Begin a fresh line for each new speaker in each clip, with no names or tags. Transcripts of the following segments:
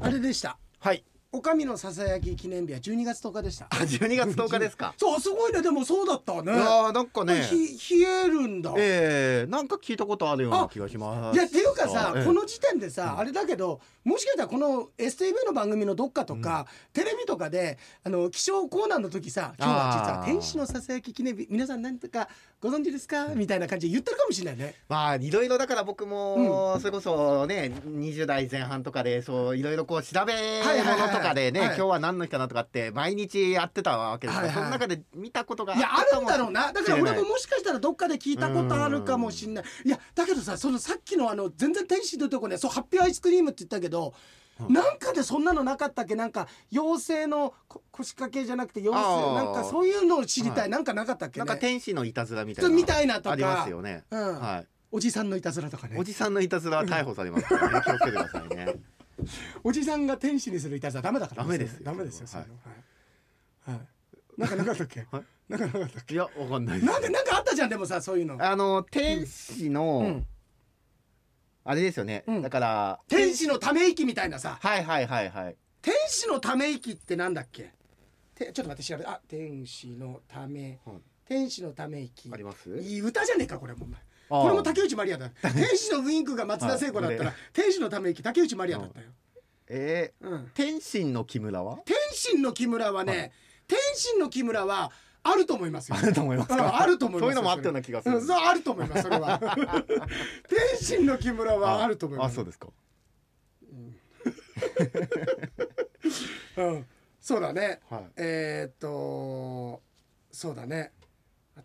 あれでした
はい
おかみのささやき記念日は12月10日でした
あ12月10日です か
そうすごいねでもそうだったわね
いやーなんかね
ひ冷えるんだ、
ええなんか聞いたことあるような気がします
いやっていうかさ、
ええ
この時点でさ、あれだけどもしかしたらこの STV の番組のどっかとか、テレビとかであの気象コーナーの時さ「今日は実は
あー
天使のささやき記念日皆さん何とかご存知ですか?」みたいな感じで言ってるかもしれないね。
まあいろいろだから僕もそれこそね20代前半とかでそういろいろこう調べ
はいはい
物とかでね
はい
今日は何の日かなとかって毎日やってたわけですか
は
ら
い
そ
はい
の中で見たことがあ
い
っ
やあ
た
るんだろうなだから俺ももしかしたらどっかで聞いたことあるかもしんないいやだけどさそのさっきのあの全然天使のとこねそうハッピーアイスクリームって言ったけど、なんかでそんなのなかったっけなんか妖精のこ腰掛けじゃなくて妖
あ
精
ー
なんかそういうのを知りたい、
はい
なんかなかったっけ、
な
ね、
んか天使のいたずらみたい
人
な
みたいなとか
ありますよね、
うん
は
おじさんのいたずらとかね
い、おじさんのいたずらは逮捕されますからね気をつけてくださ いね
おじさんが天使にするいたずらダメだから
ダメですよ
ダメですよそ
そうれ
い
は
うのはい、はい、なんかなかったっけ、
はい
なんかなかったっ
いやわかんない
け
です
なんでなんかあったじゃんでもさそういうの
あの天使の、
うん
あれですよね、
うん
だから
天使のため息みたいなさ
はいはいはいはい
天使のため息ってなんだっけてちょっと待って調べてあ天使のため、
はい
天使のため息
あります
いい歌じゃねえかこれもお前
あー
これも竹内まりや だ天使のウインクが松田聖子だったら、
はい
天使のため息竹内まりやだったよ、
えー
うん、
天心の木村は
天心の木村はね、天心の木村はあると思いますよ
あると思います か
うんあると思いますよ
そういうのもあったような気がする
んそうあると思いますそれ は天心の木村はあると思います
あそうですか
うん、そうだね、
はい
えー、っとそうだね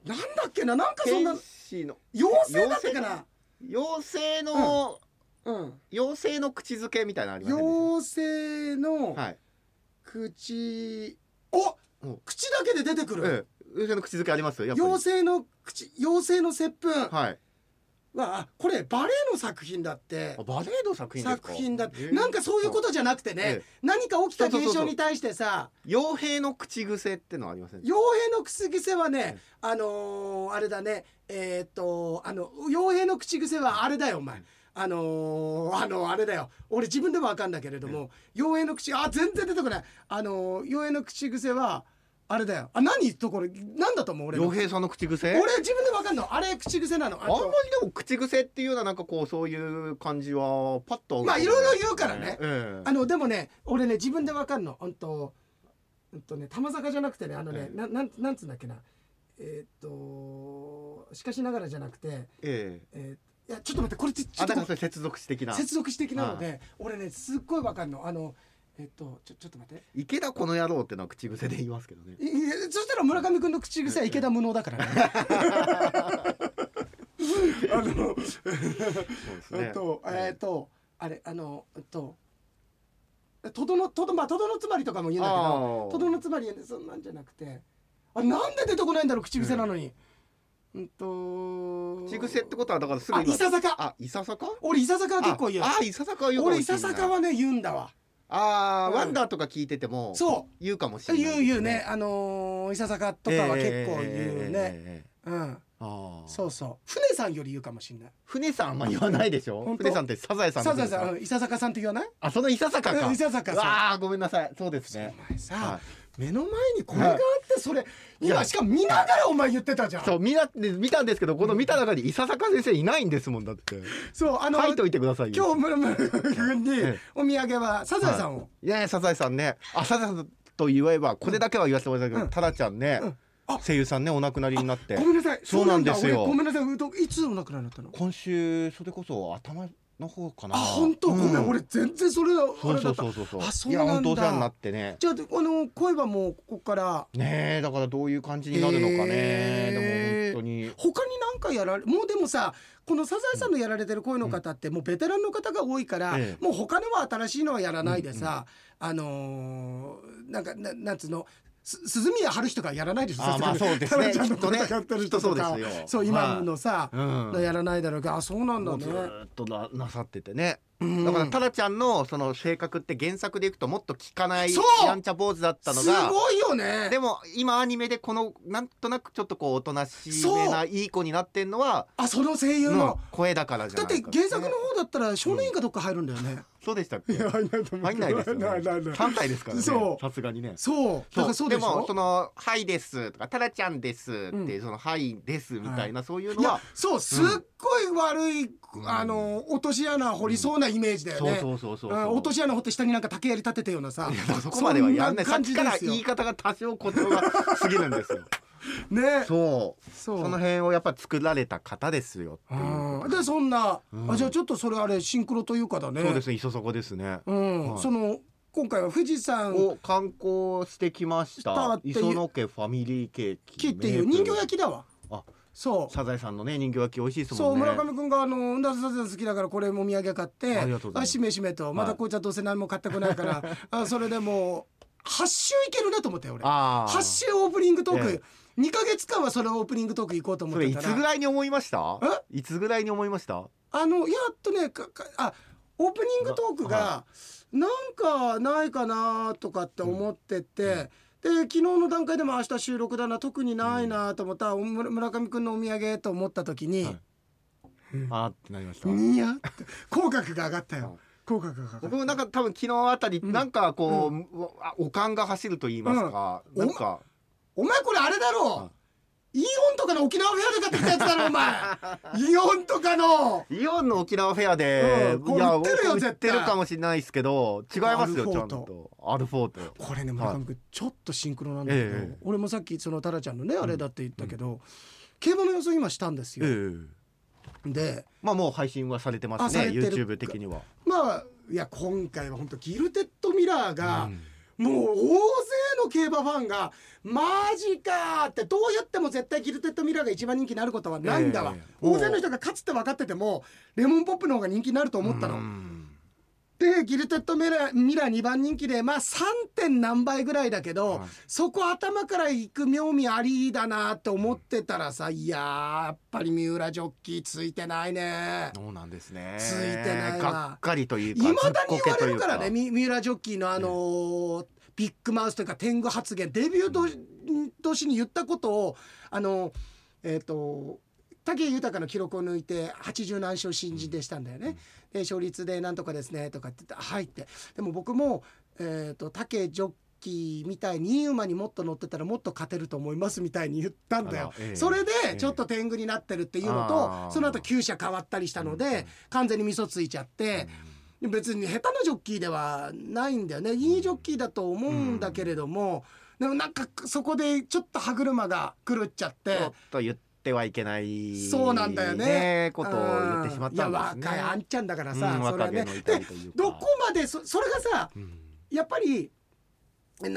なんだっけななんかそんな
天使の
妖精だったかな
妖精の、
うん
妖精の口づけみたいなのありませ
妖精
んでし
の
たはい、
口、お
うん
口だけで出てく
ええ
る、
妖精の口づけありますよやっぱり
妖精の口妖精の接吻
はい
はあこれバレエの作品だって
あバレエの作品ですか
作品だ
ええ
なんかそういうことじゃなくてね、
ええ
何か起きた
そうそう
現
そうそう
象に対してさ
傭兵の口癖ってのはありません
傭兵の口癖はね、あのーあれだねえーっとあの傭兵の口癖はあれだよお前、あのーあのあれだよ俺自分でもわかんだけれども、傭兵の口あ全然出てこないあのー傭兵の口癖はあれだよあ何言っとこれ何だと思う俺の
傭兵さんの口癖
俺自分でわかんのあれ口癖なの
あ
あ
んまり
と
でも口癖っていうようななんかこうそういう感じはパッと
まあいろいろ言うからね
ええ
あのでもね俺ね自分でわかんのうんとうんとね玉坂じゃなくてねあのね、
ええ
ななんなんつうんだっけなえーっとしかしながらじゃなくて
ええ
えーいやちょっと待ってこれちちょ
あ
っと
だからそれ接続詞的な
接続詞的なので、俺ねすっごいわかんのあのえっとちょちょっと待って
池田この野郎ってのは口癖で言いますけどね
いいやそしたら村上君の口癖は池田無能だからね あの
そうです
え
ね
っとえっとあれあのえっととどのとどまあとどのつまりとかも言うんだけ
あ
ど
ー
とどのつまりはねそんなんじゃなくてあなんで出てこないんだろう口癖なのに、うん、と
口癖ってことはだからすぐ
あいささか
あいささか
俺いささかは結構言う
ああいささかは言うかも
俺い
しれ
さ
ない
さかはね言うんだわ
あ
うん
あワンダーとか聞いてても
そう
う言うかもしれない
言う言うね、あのー、伊佐坂とかは結構言うね、
ね
うん
ああ
そうそう船さんより言うかもしんない
船さんあんま言わないでしょ
本当
船さんってサザエさんの
サザエ
船
さんうん伊佐坂さんって言わない
あそのいささか
うん
か
いささかそう
わあごめんなさいそうですね
お前さ、
は
目の前にこれがあってそれ
は
今
い
しかも見ながらお前言ってたじゃん
そ
そう
う見なで見たんですけどこの見た中に伊佐坂先生いないんですもんだって
あの
書いといてください
今
よ
日村村君に
ええ
お土産はサザエさんを、
いやいやサザエさんねあサザエさんと言えばこれだけは言わせてもらいたいけど、
うん
タラちゃんね、
うんあ
声優さんねお亡くなりになって
ごめんなさい
そうなんです
そ
よ
うだ俺ごめんなさいうどいつお亡くなりになったの
今週それこそ頭の方かな
あ本当、
う
ごめん俺全然それはあ
そ
れ
う
だっ
そう
た
そうそうそう
あそう
い
なん
や
だ
本当お世話になってね
じゃああの声はもうここから
ねえだからどういう感じになるのかね、
へえ
でも本当に
他に何かやられもうでもさこの「サザエさん」のやられてる声の方ってもうベテランの方が多いから、
ええ
もう他のは新しいのはやらないでさ、あのーなんかななんつうのす鈴宮春日とかやらないでしょ
あーまあ
さがに
そう
タラ
ですね
ちゃんの
きっとね
声やってる人とか
きっとそうですよ
そう今のさ、
うん
のやらないだろうけどあそうなんだ
もう
ね
ず。ーっとななさっててねだからタラちゃんのその性格って原作でいくともっと聞かない
そう
やんちゃ坊主だったの
す
が
ごいよね
でも今アニメでこのなんとなくちょっとこうおとなしめないい子になってんのは
あその声優
うん
の、
声だからじゃ
だ
な
っ
いか
て
ね
原作の方だったら少年院かどっか入るんだよね、
そうでしたっけ
いや入んないと思う
入んないですよね
ないないない
関西ですからね
そう
さすがにね
そうだからそうでし
も
ょ
その「はいです」とか「タラちゃんです」っていうその「はいです」みたいなそういう
い
の
や
は
そうすっごい悪い、あの落とし穴掘りそうなイメージだよ
そう
ね、
そうそうそう
うん落とし穴掘って下になんか竹槍立てたようなさ
いやそこまではやんない
そ
さっ
感
き
じ
から
ですよ
言い方が多少誇張が過ぎるんで すよ
ね
そう
そう
その辺をやっぱ作られた方ですよっていう
あーでそんな、
うん
あじゃあちょっとそれあれシンクロというかだね
そうですねいそそこですね
うん
はい
その今回は富士山
を観光してきまし
した
た
っていう
磯野家ファミリーケーキ
木っていう人形焼
き
きだわ
あ
そう
サザエさんのね人形焼き美味しいです
そ
も
うん
ね
村上君があのうんだささ好きだからこれもお土産買って
ありがとうございます
しめしめとまた紅茶どうせ何も買ってこないから、 あそれでもう8週いけるなと思ったよ俺
ああ
8週オープニングトー
え
ク、二2か月間はそれオープニングトーク行こうと思
そ
っ
れ
て
い
た
つぐ
ら
らいに思いましたいつぐらいに思いました
あのやっとねかかあオープニングトークが
は
なんかないかなとかって思ってて。で昨日の段階でも明日収録だな特にないなと思った、お村村上君のお土産と思った時に、
はいあーってなりました
にやって口角が上がった
はい
よ口角が上がっ
僕もなんか多分昨日あたりなんかこうあおかんが走ると言いますか
うん
なんか
お前これあれだろ
は
イオンとかの沖縄フェアで買ってきたやつだろお 前イオンとかの
イオンの沖縄フェアで
うんこれ
いや
売ってるよ
売
絶対
ってるかもしれないですけど違います
アル
よ
フォ
ちゃ
ー
ん
ト
とアルフォート
これね村上君ちょっとシンクロなんだけど、
ええ
俺もさっきそのタラちゃんのねあれだって言ったけど、競馬の予想今したんですよ、
ええ
で
まあもう配信はされてま
あ
す
さ
ね
れてる
YouTube 的には
まあいや今回は本当ギルテッドミラーが、もう大勢の競馬ファンが「マジか!」ってどうやっても絶対ギルテッドミラーが一番人気になることはないんだわ、
ええ
大勢の人が勝つって分かっててもレモンポップの方が人気になると思ったの。
うん
でギルテッドミラーミラー2番人気でまあ 3. 点何倍ぐらいだけど、
はい
そこ頭から行く妙味ありだなと思ってたらさいやーやっぱり三浦ジョッキーついてないね。
そうなんですね
ついてないわ
がっかりという
い
か
まだ
ず
に言
っこけ
わ
と
れ
い
る
う
からねみ三浦ジョッキーのあのービッグマウスというか天狗発言デビュー年,、年に言ったことをあのーえっ、と武豊の記録を抜いて80何勝新人でしたんだよね。で勝率でなんとかですねとかって言って「はい」ってでも僕も、えー、と武ジョッキーみたいにいい馬にもっと乗ってたらもっと勝てると思いますみたいに言ったんだよ
あ、らええ
それで
ええ
ちょっと天狗になってるっていうのと、
あー
その後厩舎変わったりしたので、
うんうん
完全に味噌ついちゃって、別に下手なジョッキーではないんだよねいいジョッキーだと思うんだけれども、でもなんかそこでちょっと歯車が狂っちゃって。
ちょっと言ってはいけない
そうなんだよね
ことを言ってしまったんですね
いや若いあんちゃんだからさ、
うん
それはね
若気の至
で
りというか
どこまでそそれがさ
うん
やっぱり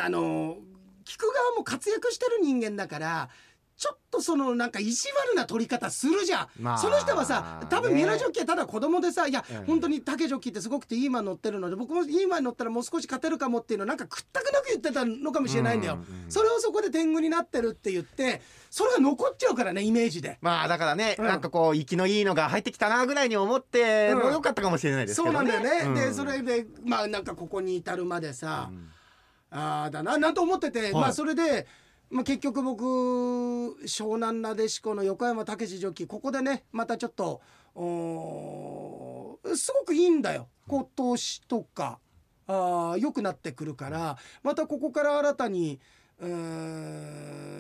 あの聞く側も活躍してる人間だからちょっとそのなんか意地悪な取り方するじゃん、
まあ
その人はさ多分ミラージョッキーはただ子供でさいや、
うん
本当に竹ジョッキーってすごくていい馬乗ってるので僕もいい馬に乗ったらもう少し勝てるかもっていうのをなんか屈託なく言ってたのかもしれないんだよ、
うんうん
それをそこで天狗になってるって言ってそれが残っちゃうからねイメージで。
まあだからね、
うん
なんかこう生きのいいのが入ってきたなぐらいに思っても
うん
よかったかもしれないですけ
そう
どね。
なんだよね、
うん
でそれでまあなんかここに至るまでさ、
うん
ああだななんと思ってて、まあそれで、まあ、結局僕湘南なでしこの横山武史ジョッキーここでねまたちょっとおーすごくいいんだよ今年とかあー良くなってくるからまたここから新たにうー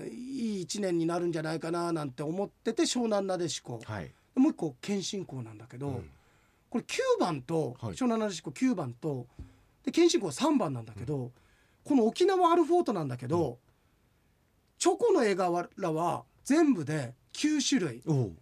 んいい一年になるんじゃないかななんて思ってて湘南なでしこ。
はい。
もう一個謙信公なんだけど、
うん
これ9番と、
はい
湘南なでしこ9番とで謙信公は3番なんだけど、この沖縄アルフォートなんだけど、チョコの絵柄は全部で9種類
おう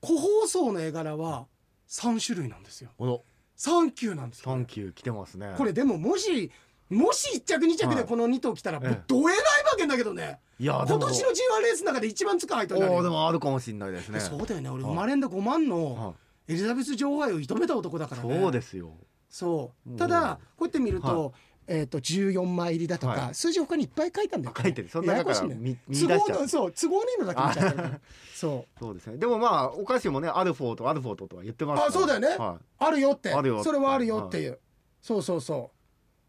個包装の絵柄は3種類なんですよ
おの
3級なんですよ
サンキュー来てますね。
これでももしもし1着2着でこの2頭来たら、
はい
もうどえらい馬券だけどね
いや
今
で
年
も
の G1 レースの中で一番つく配当になる
お
よ
おでもあるかもしれないですね。
そう
う
だよね俺
はい
生まれんだ5万の
は
エリザベス女王杯を射止めた男だからね
そうですよ。
そう
うん
ただこうやって見ると、えっ、と14枚入りだとか、
はい
数字他にいっぱい書いたんだよ、
書いてるその中から見見出
都
しちゃう
合のそう都合のいいのだけ見ちゃったからそう
そうですね。でもまあお菓子もねアルフォートアルフォートとは言ってますから。
あそうだよね
は
あるよって
あるよ
それはあるよっていう、そうそうそ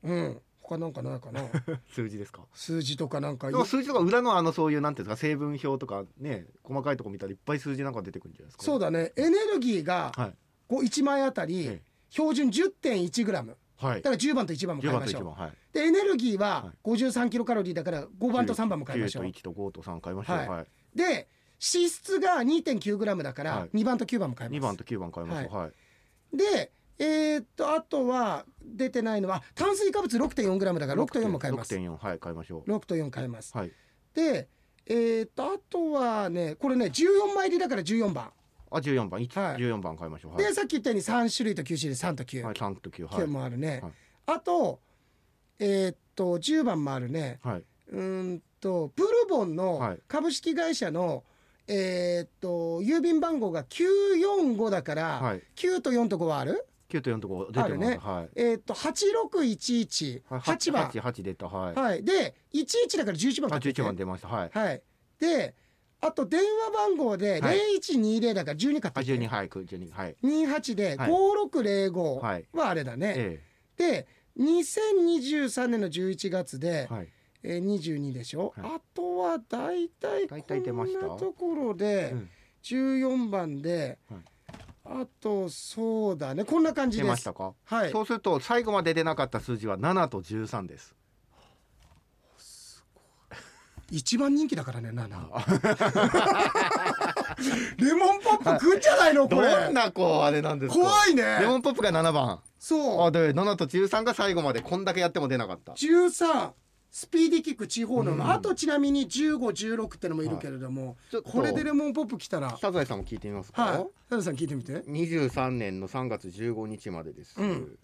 ううん他なんかないか な
い。数字ですか。
数字とかなんかい
でも数字とか裏のあのそういうなんていうんですか成分表とかね細かいとこ見たらいっぱい数字なんか出てくるんじゃないですか。
そうだ
だ。
ねエネルギーが
はい。
こう1枚あたり、
ええ
標準 10.1g
はい
だから10番と1番も
十
変え
番
ま
と
し
一
ょう
番はい
でエネルギー
は
はい 53kcal だから5番と3番も変えましょう
9と1と5と3変えましょう
はい
はい
で脂質が 2.9g だか
は
ら
い
2番と9番も変え
2
ま
番
す
と9番変えましょうはい
でえーっとあとは出てないのは炭水化物 6.4g だから6と4も変えます
6.4はい変えましょ
6と4変えます
うはい
でえーっとあとはねこれね14枚入りだから14番
あ14番一
はい
14番変えましょうはい
でさっき言ったように3種類と9種類3と9
はい3と9は
九
い
もあるね
はい
あとえーっと10番もあるね
はいう
ーんとブルボン
は
の
い
株式会社のえーっと郵便番号が945だから
はい
9と4と5はある
9と4と5出てます
あるね
はい
えーっと8611
はい
8番
八八出たはい
はいで11だから11番
あ
買って
11番出ましたはい
はいであと電話番号で
はい
0120だから12買っ
あ
てき
12
て
はい12はい
28で
はい
5605
はい
はあれだね、
え
で2023年の11月
え
で、
はい
えー22でしょ、
はい
あとは大体
大体出
こ
ま
ん
した
なところで
うん
14番で、あとそうだねこんな感じ
出
で
まし
す
た。か
はい、
そうすると最後まで出なかった数字は7と13です
一番人気だからね7レモンポップ食うんじゃないのこれ
どんなこうあれなんですか
怖いね
レモンポップが7番
そ
あ
う
で7と13が最後までこんだけやっても出なかった
13スピーディーキック地方の、
うん
あとちなみに1516ってのもいるけれども、
ちょっと
これでレモンポップ来たら
サザエさんも聞いてみますか、
はい佐藤さん聞いてみて
23年の3月15日までです、
うん20、うん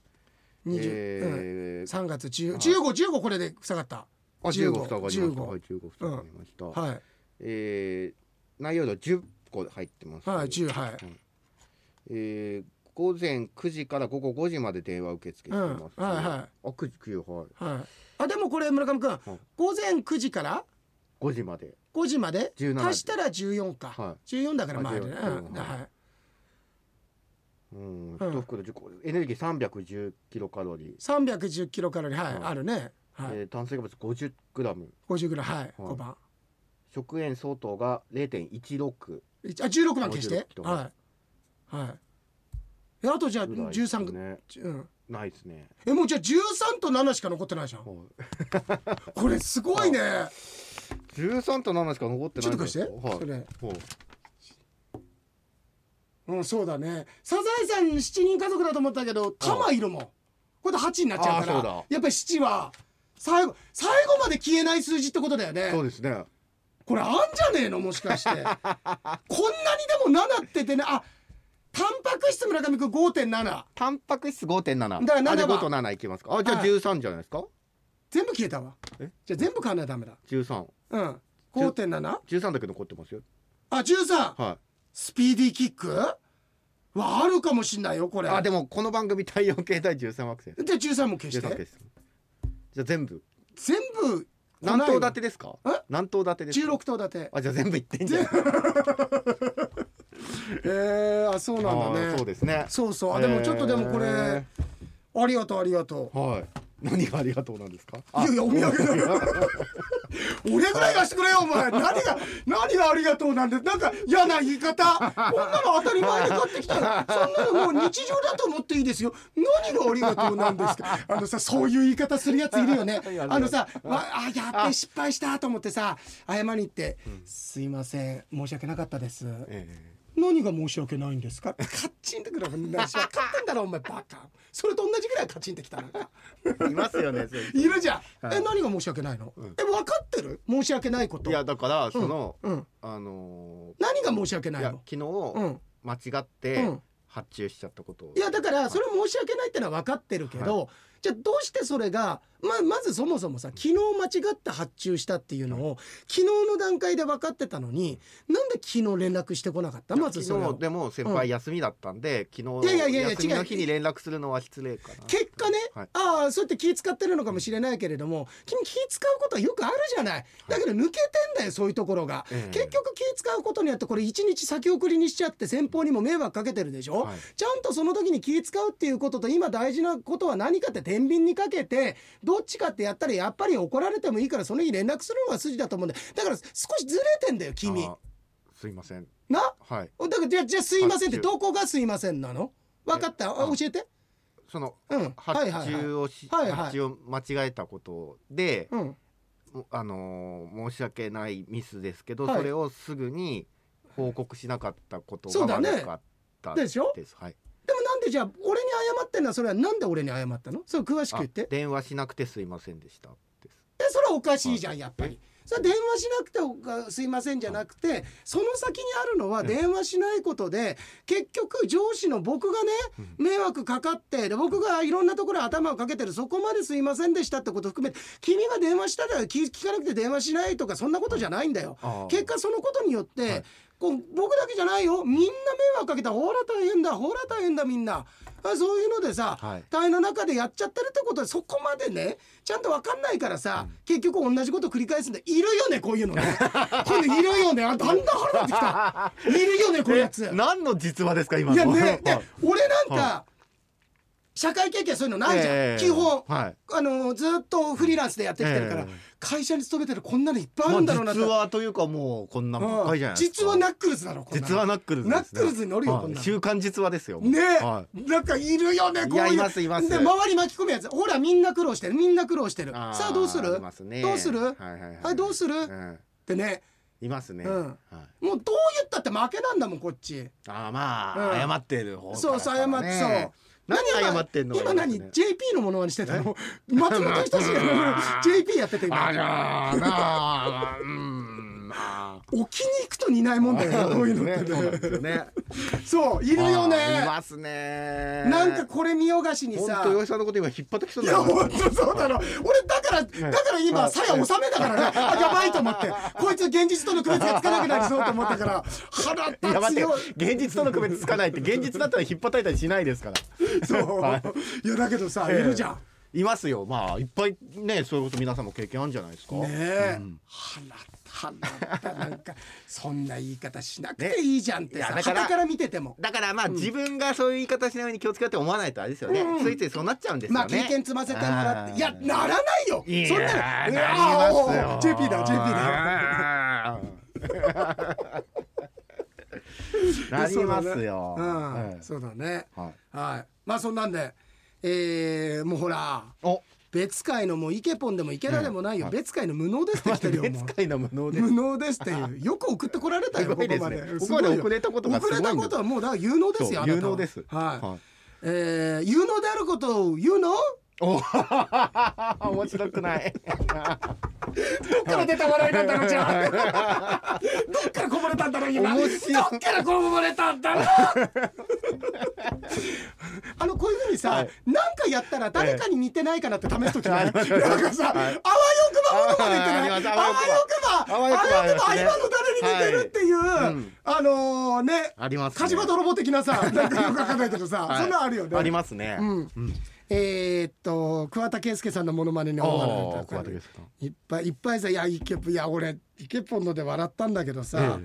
えー
3月10、
はい
15、15これで塞がった。
あ15房がりました
15
はい15房がりました、
は
えー内容量10個入ってます
い、はい、10、はい。
えー午前9時から午後5時まで電話受付して
うん、はい
ます、、
は
あ9時9はい
い、はい。あ、でもこれ村上君、
い
午前9時から
5時まで
5時まで
17
足したら14か、
は
14だからまああれね、
あ
うん、
14
はい。
うん1袋10個エネルギー310キロカロリー、
310キロカロリー、はい、
はい
あるね。はい、
えー炭水化物50グラム
50ぐらい、はい、5番。
食塩相当が0.16
一あ、16番消して
56キ。ロ
はい。はい。えあとじゃあ
ぐらいです
13、
ね
うん。
ないですね
え、もうじゃあ13と7しか残ってないじゃん。
はい
これすごいね。
13と7しか残って
ちょ
な
っと貸し
いんですよ
て、
はい
それ。
はい
うん、そうだね。サザエさん7人家族だと思ったけど、タマいるもん。これで8になっちゃうから
あーそうだ。
やっぱり7は、最後、最後まで消えない数字ってことだよ
そう
ね。
ですね
これあんじゃねえのもしかして。こんなにでも7っててね、あ、タンパク質村上くん5.7。
タンパク質5.7
だから7
あで
番
5と7いきますかあじゃあ
はい
13じゃないですか
全部消えたわ
え。
じゃあ全部買わないとダメだ。
13
うん。5.7?
13だけ残ってますよ
あ、13!
は
スピーディーキックはあるかもしんないよ、こ
い
れ。
あでもこの番組太陽系第13惑星
で13も消し
13
て。
ですじゃあ全部
全部、
何
来ない
頭
よ
立てですか
え
何頭立てですか
16頭立て。
あじゃあ全部いってんじゃん
えー、あそうなんだ
あ
ね
ーそうですね
そうそうあでもちょっとでもこれ、
え
ありがとうありがと
ーはい何がありがとうなんですか
ういやいやお土産だよ俺ぐらい出してくれよお前何が何がありがとうなんでなんか嫌な言い方こんなの当たり前に買ってきたよそんなのもう日常だと思っていいですよ何がありがとうなんですかあのさそういう言い方するやついるよ ね
いや
あのさわあやって失敗したと思ってさ謝りに行って、すいません申し訳なかったです
え
何が申し訳ないんですかカッチンってくる分かってんだろお前バカそれと同じぐらいカチンってきたなんか
ーいますよねそういう人
いるじゃん、
はい
え何が申し訳ないの、
ん
え分かってる申し訳ないこと
いやだからその、
うん
あの
何が申し訳
ー
ないい
や
の
昨日
うん
間違っ
う
て
ん
発注しちゃったことを
いやだからそれ申し訳ないってのは分かってるけど、じゃあどうしてそれがまあまずそもそもさ昨日間違って発注したっていうのを昨日の段階で分かってたのになんで昨日連絡してこなかったまずそれ
昨
を
日でも先輩休みだったんで、昨
い
日
やいやいやいや
休み
違
の
う
日に連絡するのは失礼かな
結果ね、
はい
ああそうやって気使ってるのかもしれないけれども君気使うことはよくあるじゃないだけど抜けてんだよそういうところが、
ええ
結局気使うことによってこれ一日先送りにしちゃって先方にも迷惑かけてるでしょ、
はい
ちゃんとその時に気使うっていうことと今大事なことは何かって天秤にかけてどっちかってやったらやっぱり怒られてもいいからその日連絡するのが筋だと思うんだよだから少しずれてんだよ君
あすいません
な
はい
だからじゃあじゃあすいませんって
発注
どこがすいませんなの分かったあ
うん
教えて
その
うんはい
発
はいはい
注をし、
はいはい
発注を間違えたことで、
うん
あのー申し訳ないミスですけど、
はい
それをすぐに報告しなかったこと
そう
が
だね
悪かった
でしょ
です。はい。
でもなんでじゃあ俺に謝ってんのはそれはなんで俺に謝ったのそれ詳しく言って
あ電話しなくてすいませんでしたです。
でそれはおかしいじゃんやっぱり。それは電話しなくておかすいませんじゃなくてその先にあるのは
うん
電話しないことで結局上司の僕がね迷惑かかってで僕がいろんなところに頭をかけてるそこまですいませんでしたってことを含めて君が電話したら聞聞かなくて電話しないとかそんなことじゃないんだよ。
あー
結果そのことによって、
はい
こう僕だけじゃないよみんな迷惑かけたほら大変だほら大変だみんなあそういうのでさ、
はい
大変な中でやっちゃってるってことでそこまでねちゃんと分かんないからさ、結局同じこと繰り返すんでいるよねこういう のねこういうのいるよねあだんだん腹立ってきたいるよねこういうやつ。
何の実話ですか今
い
の。
や ねで
はい
俺なんか、
は
社会経験そういうのないじゃん、
ええ
基本。
はい。
あのずっとフリーランスでやってきてるから、
ええ
会社に勤めてるこんなのいっぱいあ
ま
る
あ
んだろうな
実話というかもうこんなもんばっかりじゃないですか。
実はナックルズだろこんなの
実はナックルズですね。
ナックルズに乗るよ
はい
こんなの
週刊実話ですよ。もう
ね、
は
なんかいるよねこういう
いやいますいます
で周り巻き込むやつほらみんな苦労してるみんな苦労してる
い。
さあどうす
ー
る
いますね
どうする
はいはいはい。
はいどうする
ん
ってね
いますね。
うん
はい。
もうどう言ったって負けなんだもんこっち
ああまあ、
うん
謝ってる方から
そうそう謝って
ね
そう
何
今
謝ってんの
今 何 JP のものまねしてたの松本人志
うん
が JP やってて
あ
今
じゃあなあうん あ
置きに行くと似ないもんだよねこういうの
ね
って
そうなんですよ
ね
ね
そういるよ
あーい
ね
ますね
なんかこれ見よがしに
本
さ
当洋一さんのこと今引っ張ってきそう
い
だ
や
な
本当そうだろ俺だからだから今さや収めだからねあやばいと思 ってこいつ現実との区別がつかなくなりそうと思ったから腹立
いや
つ
待っ
よ
て現実との区別つかないって現実だったら引っ叩いたりしないですから
そういやだけどさいるじゃんね
いますよまあいっぱいねそういうこと皆さんも経験あるんじゃないですか
え
うん
腹腹立ったなんかそんな言い方しなくていいじゃんってさ
ねいやだから
傍から見てても
だからまあ自分がそういう言い方しないように気をつけようって思わないとあれですよね、
うん
ついついそうなっちゃうんですよ
ま
ね
あ経験積ませてもらっ
あ
て
ー
いやならないよ
いや
そんなのう
なり
わ
ま
あお
す
ー
よ
おー JP だ JP だ
だなりますよ、
うん
え
そうだね
えはい
はいまあそんなんでえーもうほら
お
別会のもうイケポンでもイケラでもないよ、
うん
別会の無能ですって来てるよも
別会の無能
う
で
無能ですっていうよく送ってこられたよ
す
こ
ごい
こ
です
ま
ね
で
ここまで遅
れ
れたことがす
遅
ごい
れ
ん
た
だ
ことはもうだから有能ですよあ
そう
なたは
有能です
はい、
はい
えー、有能であることを言うの
お面白くない
どっから出た笑いなんだろうじゃあどっからこぼれたんだろう今ど
面
っ
白い
からこぼれたんだろう あのこういうふうに
は
さ
い
何、かやったら誰かに似てないかなって試すときない、
ええ
なんかさ、
はい
あわよくばものまで言ってない
はいあります
あわよくばあわ
あわ
よ
よ
く
く
ば
ばありますね
今の誰に似てるっていう、
はいうん
あのーね
ありますね
火事場泥棒的な さなんかよくわかんないけどさ、
はい
そんなのあるよね
ありますね、
うんえーっと桑田佳祐さんのモノマネに思われ
お
た
ー桑田佳祐さん
いっぱいいっぱいさいやイケポいや俺イケポンので笑ったんだけどさ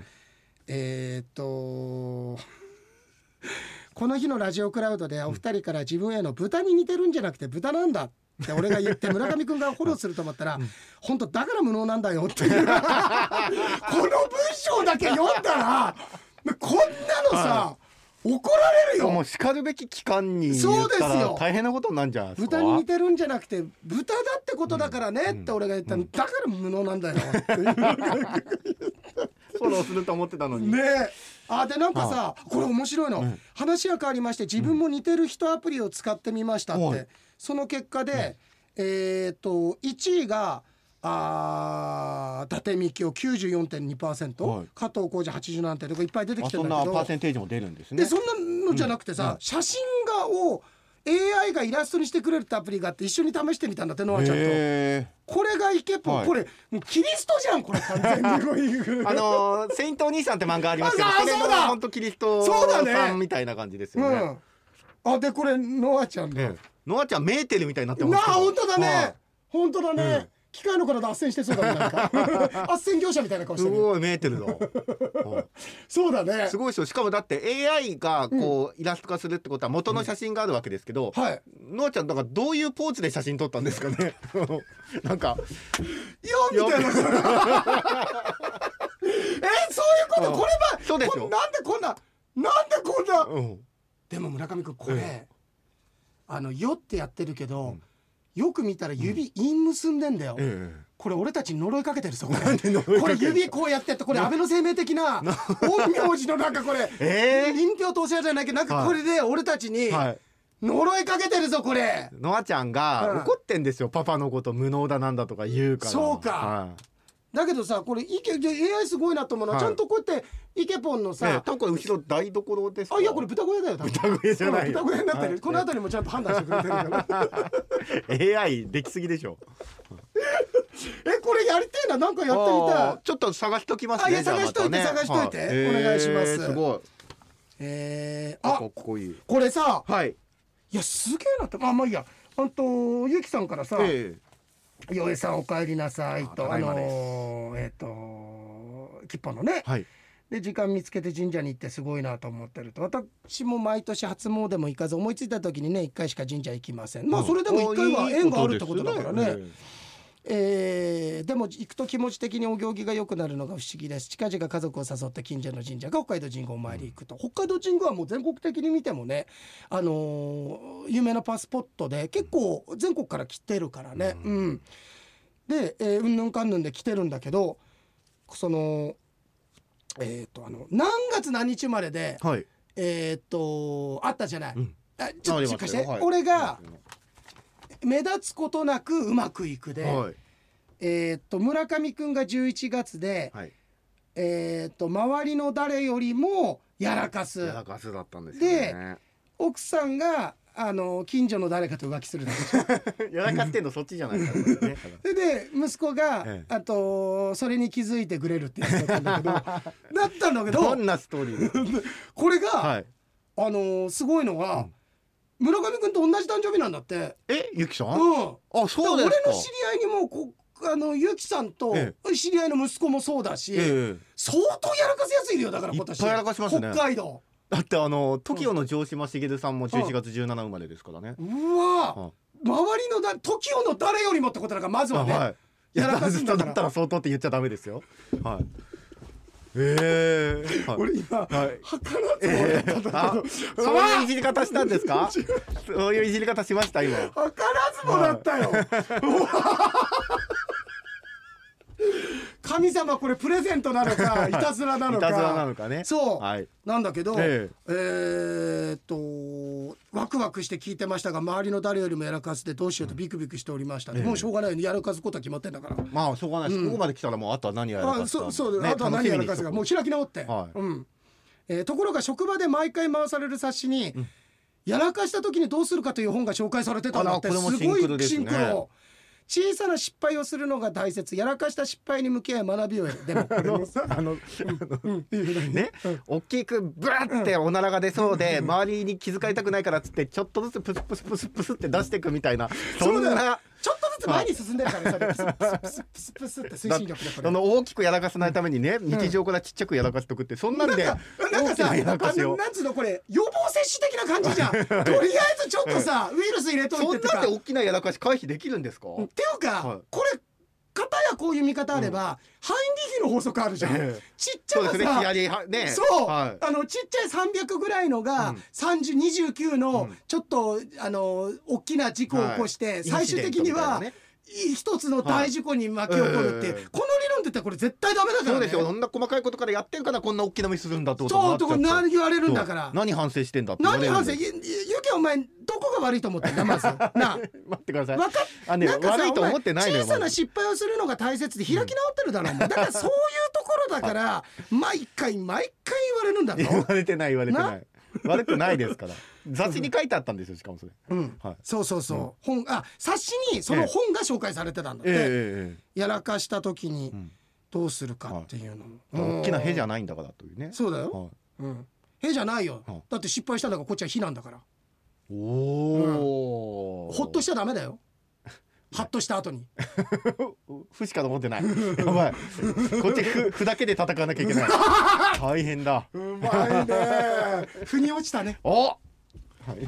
えー
え
っと この日のラジオクラウドでお二人から自分への豚に似てるんじゃなくて豚なんだって俺が言って村上君がフォローすると思ったら本当だから無能なんだよっていうこの文章だけ読んだらこんなのさ怒られるよ
もう叱るべき期間に
そ
言
う
っ
ですよ
たら大変なことになるんじゃないですか
豚に似てるんじゃなくて豚だってことだからねって俺が言ったのだから無能なんだよっていう
フォローすると思ってたのに、
ねえあでなんかさこれ面白いの、話は変わりまして自分も似てる人アプリを使ってみましたって、
はい
その結果で、えーっと1位があー伊達みきお94.2%、
はい
加藤浩二87点とかいっぱい出て
あ
きて
そ
るん
ん
だ
な
け
パー
ど
センテージも出るんですね
でそんなのじゃなくてさ、写真画を AI がイラストにしてくれるってアプリがあって一緒に試してみたんだってノアちゃんと。
へー
これがイケポン、
はい
これもうキリストじゃんこれ完全にこう いう
あのー「セイントお兄さん」って漫画ありますけど
ああ
それ
そう
の
だ
本当キリスト
そうだね
さんみたいな感じですよね。
うん、あでこれノアちゃんだ、
ええノアちゃんメーテルみたいになってます
なあ
けど
本当だね、
はい
本当だね、
うん
機械の体斡旋してそうだね なんか斡旋業者みたいな顔し
す
てる
ごいメーテルだ、は
そうだね
いすごいですよしかもだって AI がこう、イラスト化するってことは元の写真があるわけですけど、
はい
ノアちゃんだからどういうポーズで写真撮ったんですかね なんか
よみたいなえそういうこと
うん
これば
そうですよ
こんなんでこんななんでこんな
うん
でも村上君これ、
え
あのよってやってるけど、
うん
よく見たら指陰結んでんだよ、
え
これ俺たちに呪いかけてるぞこ
なん
れ
で呪い
こ
かけ
れ
てんの
指こうやってってこれ安倍の生命的な陰陽師のなんかこれ
ええ
陰陽とお世話じゃないけどなんかこれで俺たちに
えはい
呪いかけてるぞこれ
ノアちゃん
うん
が怒ってんですよ、パパのこと無能だなんだとか言うから
そうか
は
だけどさこれイケ AI すごいなと思うのは、
はい
ちゃんとこうやってイケポンの
い、ね
さ、
多分これ後ろ台所ですか
あいやこれ豚小屋だよ多分
豚小屋じゃないよ
豚小屋になってる、
はい
この辺りもちゃんと判断してくれてるから
AI できすぎでしょ
えこれやりたいななんかやってみ
あ
た
ー
い
ちょっと探しときます
あいや
ねじゃあ
探しといて
またね
探しといて
は
お願いします
えーすごい
えー、
か
あ
っこいい
これさ
はい
いやすげえなってまあまあいいやあんとゆきさんからさ
え
「よえさんお帰りなさい」
あ
とあ
ただいまです
のーえっ、と吉報のね
えはい
で時間見つけて神社に行ってすごいなと思ってると私も毎年初詣も行かず思いついた時にね1回しか神社行きませんまあそれでも1回は縁があるってことだからね
いいです
えーでも行くと気持ち的にお行儀が良くなるのが不思議です近々家族を誘って近所の神社が北海道神宮お参り行くと、北海道神宮はもう全国的に見てもね、あのー有名なパスポットで結構全国から来てるからね、うんで、えーうんぬんかんぬんで来てるんだけどそのえっ、とあの何月何日までで
はい
えっ、とあったじゃない、
うん
あちょっと
あり
ちょっと
ま
貸
す
し
よ
て、
はい
俺が目立つことなくうまくいくで。
はい
えーっと村上くんが11月で、
はい
えーっと周りの誰よりもやらかす
やらかすだったんですよね
奥さんがあの近所の誰かと浮気するだけ
やらかしてんのそっちじゃないから ね
それで息子が、
ええ
あとそれに気づいてくれるってやつだったんだけ どだったんだけ
ど
ど
んなストーリ ー
これが、
はい
あのーすごいのが、
ん
村上くんと同じ誕生日なんだって。
えゆきさ
うんん
あ
だから
そう
俺
ですか
の知り合いにもこあのゆきさんと
え
知り合いの息子もそうだし、
ええ
相当やらかすやついるよだから今年
いっぱいやらかしますね
北海道
だってあの TOKIO の城島茂さんも11月17生まれですからね。
うわ
は
周りのだ TOKIO の誰よりもってことだからまず
あ
はね、
はい。い
や
や
ら
だ
か
か
すん
ず
だ
だ
から
ったら相当って言っちゃダメですよ。はい。ええはい。
俺今、
はい
はからずも
え
や
え
ったんだ
あ
けど、
そういういじり方したんですか？ そういういじり方しました今。
はからずもだった よ、うわ 神様これプレゼントなの かいたずらなのか
いたずらなのかね
そう、
はい。
なんだけど、え
え
ーっとワクワクして聞いてましたが周りの誰よりもやらかすでどうしようとビクビクしておりました、
ええ
もうしょうがないよねやらかすことは決まってんだから。
まあしょうがないです。ここまで来たらもうあとは何やらかす
あ
か。
そうそう、
ね
あとは何やらかすがもう
楽し
開き直って、
はい
うんえーところが職場で毎回回される冊子に、やらかした時にどうするかという本が紹介されてたんだって
あ
す
らこれも
ご
シンクロ
い
です
シ
ね
ンクロ小さな失敗をするのが大切やらかした失敗に向き合い学びを得るでもこれ もさ
みにあの
うんいいよね
ね、大きくブワっておならが出そうで、周りに気遣いたくないからっつってちょっとずつプスプスプスプスって出していくみたいなそん
そうだよ
な
ちょっとずつ前に進んでるからねそれプスプスプスプスプスって推進力だか
そ
ら。
の大きくやらかさないためにね、日常からちっちゃくやらかしとくってそんなんで
なんか
大き
さ、
なやら
あ
かし
の
を
なんつうのこれ予防接種的な感じじゃん。とりあえずちょっとさ、ウイルス入れとい
そ
て
ん
と
な
か
んで。大きなやらかし回避できるんですか、
っていうか、
はい
これ方やこういう見方あれば、ハインディヒの法則あるじゃん、
ええ
ちっちゃ
そう
な
で
さ
すね左はね
そう、
はい、
あのちっちゃい300ぐらいのが、
うん
30、29の
うん
ちょっと、あの大きな事故を起こして、
はい
最終的には、
インシデントみたいなね
い一つの大事故に巻き起こるっていう、
はいええ
この理論って言ったらこれ絶対ダメだから、ね、
そうですよそんな細かいことからやってるからこんな大きなミスするんだってことに
そ
な
う
っ
と
ちゃっ
こ
て
何言われるんだから
そう何反省してんだって言われ
何
る
反省
んで
ゆ
す
ゆけお前どこが悪いと思ってんだま ずなあ
待ってください
わかっ
あね
なんかさ
悪いと思ってないのよ
お前小さ
ま
な
だ
失敗をするのが大切で開き直ってるだろ、うだからそういうところだから毎回毎回言われるんだ
言
ろ、
われてない言われてない悪くないですから 雑誌に書いてあったんですよしかもそれ、
うん、
はい
そうそうそう、本あ冊子にその本が紹介されてたんだって、
え
やらかした時に
ん
どうするかっていうの、
え大きな「へ」じ
ゃ
ゃないんだからというね
そうだよ、
は
うん、へじゃないよ、
はい
だって失敗したんだからこっちは非なんだから
い、おお、
ほっとしちゃダメだ よハッとした後に
ふしか残ってない。 やばい。こっちふ、ふだけで戦わなきゃい けない。大変だ。
うまいね 腑に落ちたね
お。はい。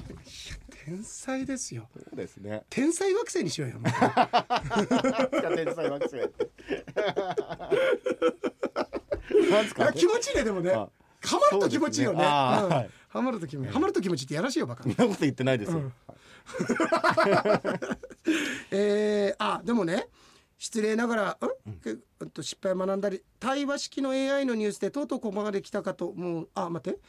天才ですよ
そうですね。
天才惑星にしようよもう
天才惑星。 なんです
いや
か。
気持ちいいねでもね。
あ
ハマると気持ちいいよね。うん
そうですねあーはい
ハマると気持ちいい。ハマると気持ちいいってやらしいよバカ。
そんなこと言ってないです
う
よ。
んえーあでもね失礼ながら、うんけうんと失敗を学んだり対話式の AI のニュースでとうとうここまで来たかと思うあ待って、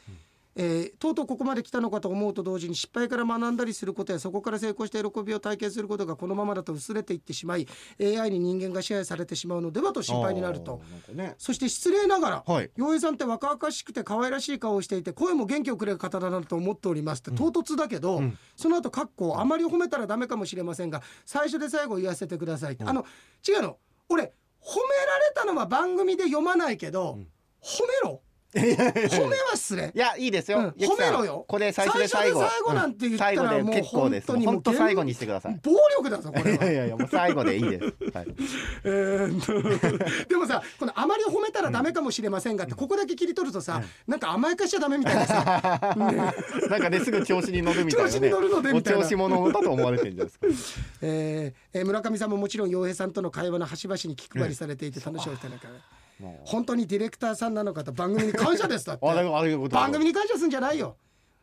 えーとうとうここまで来たのかと思うと同時に失敗から学んだりすることやそこから成功した喜びを体験することがこのままだと薄れていってしまい AI に人間が支配されてしまうのではと心配になると
あーなんかね
そして失礼ながら、
はい
洋平さんって若々しくて可愛らしい顔をしていて声も元気をくれる方だなと思っておりますって唐突だけど、
うん
その後かっこあまり褒めたらダメかもしれませんが最初で最後言わせてくださいって、あの違うの俺褒められたのは番組で読まないけど、褒めろ褒めは失礼
いやいいですよ、
うん
ゆきさん
褒めろよ
これ最初で最後
最初で最後なんて言ったら
最後で結構です
もう本当にもう
本当最後にしてください
暴力だぞこ
い
れは
やいやいやもう最後でいいです、はい、
えーっとでもさこのあまり褒めたらダメかもしれませんがってここだけ切り取るとさ、なんか甘やかしちゃダメみたいなさ
なんかねすぐ調子に乗るみたいな、ね、
調子に乗るのでみたいな
お調子者だと思われてるんじゃないですか
えーえー村上さんももちろん洋平さんとの会話の端々に気配りされていて楽しみたいなから
も
本当にディレクターさんなのかと番組に感謝ですだっ
うあだ
て
からありがとうございます
番組に感謝するんじゃないよ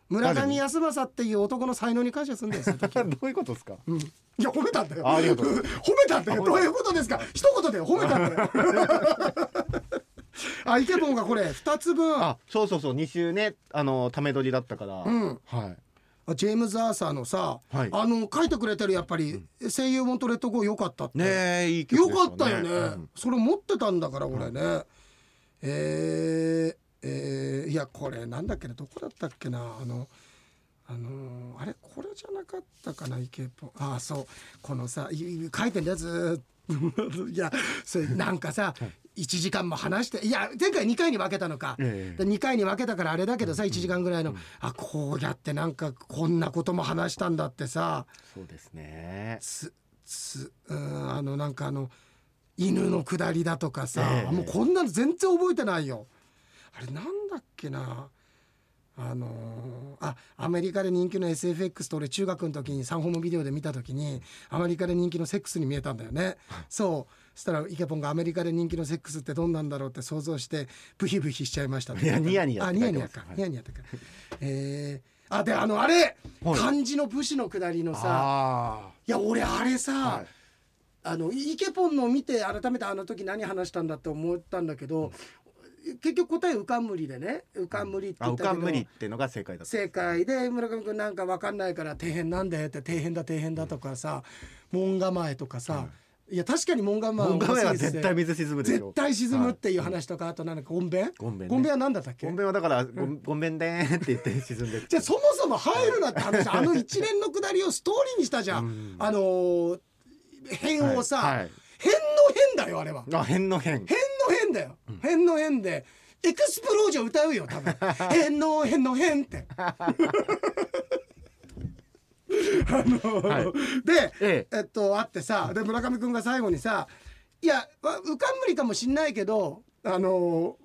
村上康政っていう男の才能に感謝するんですよ
どういうことですか
うんいや褒めたんだよ
あありがとうござ い
褒めたんだよどういうことですか一言で褒めたんだよ あイケボンがこれ2つ分あ
あそうそうそう2週ねあのため撮りだったから、
ん
はい
ジェームズ・アーサーのさ、
はい
あの書いてくれてるやっぱり、声優モントレット号良かったって
ねえいい曲
よ
でした
かったよね、
うん
それ持ってたんだから俺ね、えー、えーいやこれなんだっけねどこだったっけなあのあのーあれこれじゃなかったかなイケポンああそうこのさいい書いてんだよずーっと いやそれなんかさ1時間も話していや前回2回に分けたのか、
ええ
で2回に分けたからあれだけどさ1時間ぐらいの、あこうやってなんかこんなことも話したんだってさ
そうですね
つつうーんあのなんかあの犬のくだりだとかさ、
ええ
もうこんなの全然覚えてないよあれなんだっけなあのーあアメリカで人気の SFX と俺中学の時に3本もビデオで見た時にアメリカで人気のセックスに見えたんだよね、そうそしたらイケポンがアメリカで人気のセックスってどんなんだろうって想像してブヒブヒしちゃいましたって
いやニヤニヤ
あ
って
ニ
書
ヤ
い
ニ
てま
ヤ
す
か、
はい
ニヤニヤだからえー、あであのあれ、
はい
漢字の武士のくだりのさ
あ
いや俺あれさ、
あはい
あのイケポンのを見て改めてあの時何話したんだって思ったんだけど、結局答えうかんむりでねうかんむりって
あ
言っ
う
た
か
け
ん
ど、
むりってのが正解だった
正解で村上君なんか分かんないから「底辺なんで?」って「底辺だ底辺だ」とかさ「門構え」とかさ、いや確かに門構え
門構えは絶対
面白いですね
水沈むでしょ
絶対沈むっていう話とか、あとなんか「ごんべん」
ごんべんね
は何だったっけ
ごんべんはだからごごめんねーって言って沈んでる
じゃあそもそも入るなって 話あの一連のくだりをストーリーにしたじゃん、
うん
あのー辺をさ、
はいはい
辺の辺だよあれは
あ変の変
辺の辺だよ辺の辺でエクスプロージョン歌うよ多 分辺の辺の辺ってあの、
はい
で、
え
えっとあってさで村上君が最後にさ「いやわうかんむりかもしんないけどあの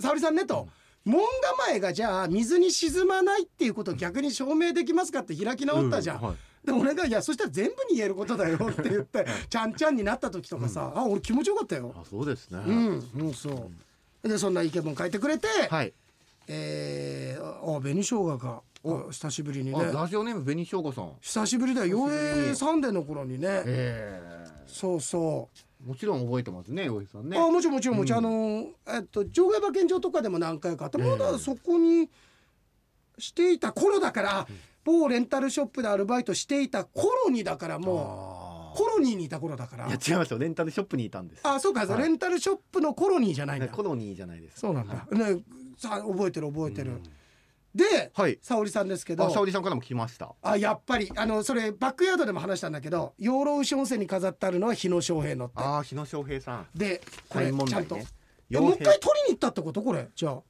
沙織さんね」と。門構えがじゃあ水に沈まないっていうことを逆に証明できますかって開き直ったじゃん、
うんはい
で俺が「いやそしたら全部に言えることだよ」 って言ってちゃんちゃんになった時とかさ、あ俺気持ちよかったよ
あそうですね、
うん、うん、そう。で、そんな意見も書いてくれて、
はい
ええー、あ、紅生姜が、お、久しぶりにね
あ。ラジオネーム紅しょうこさん
久しぶりだよ、洋平サンデーの頃にね。
え
そうそ
ー、もちろん覚えてますね大江さん
う。
ね
あ、もちろん、もちろん、もちろん、あの、えっと、場外馬券場とかでも何回かあって、まだそこに。していた頃だから、某レンタルショップでアルバイトしていた頃にだから、も
あ
う。コロニーにいた頃だから
ーい。や違いますよレンタルショップにいたんです
あ、そうか、
はい
レンタルショップのコロニーじゃないんだ。
コロニーじゃないです
そうなんだ。ね、さ、覚えてる、覚えてる。
うん
で、
はい
沙織さんですけど
あ沙織さんからも聞きました
あやっぱりあのそれバックヤードでも話したんだけど養老牛温泉に飾ってあるのは日野翔平のって
ああ日野翔平さん
でこれ
サイン問
ちゃ
題
んと、
ね
え
傭
もう一
兵
回取りに行ったってことこれじゃあ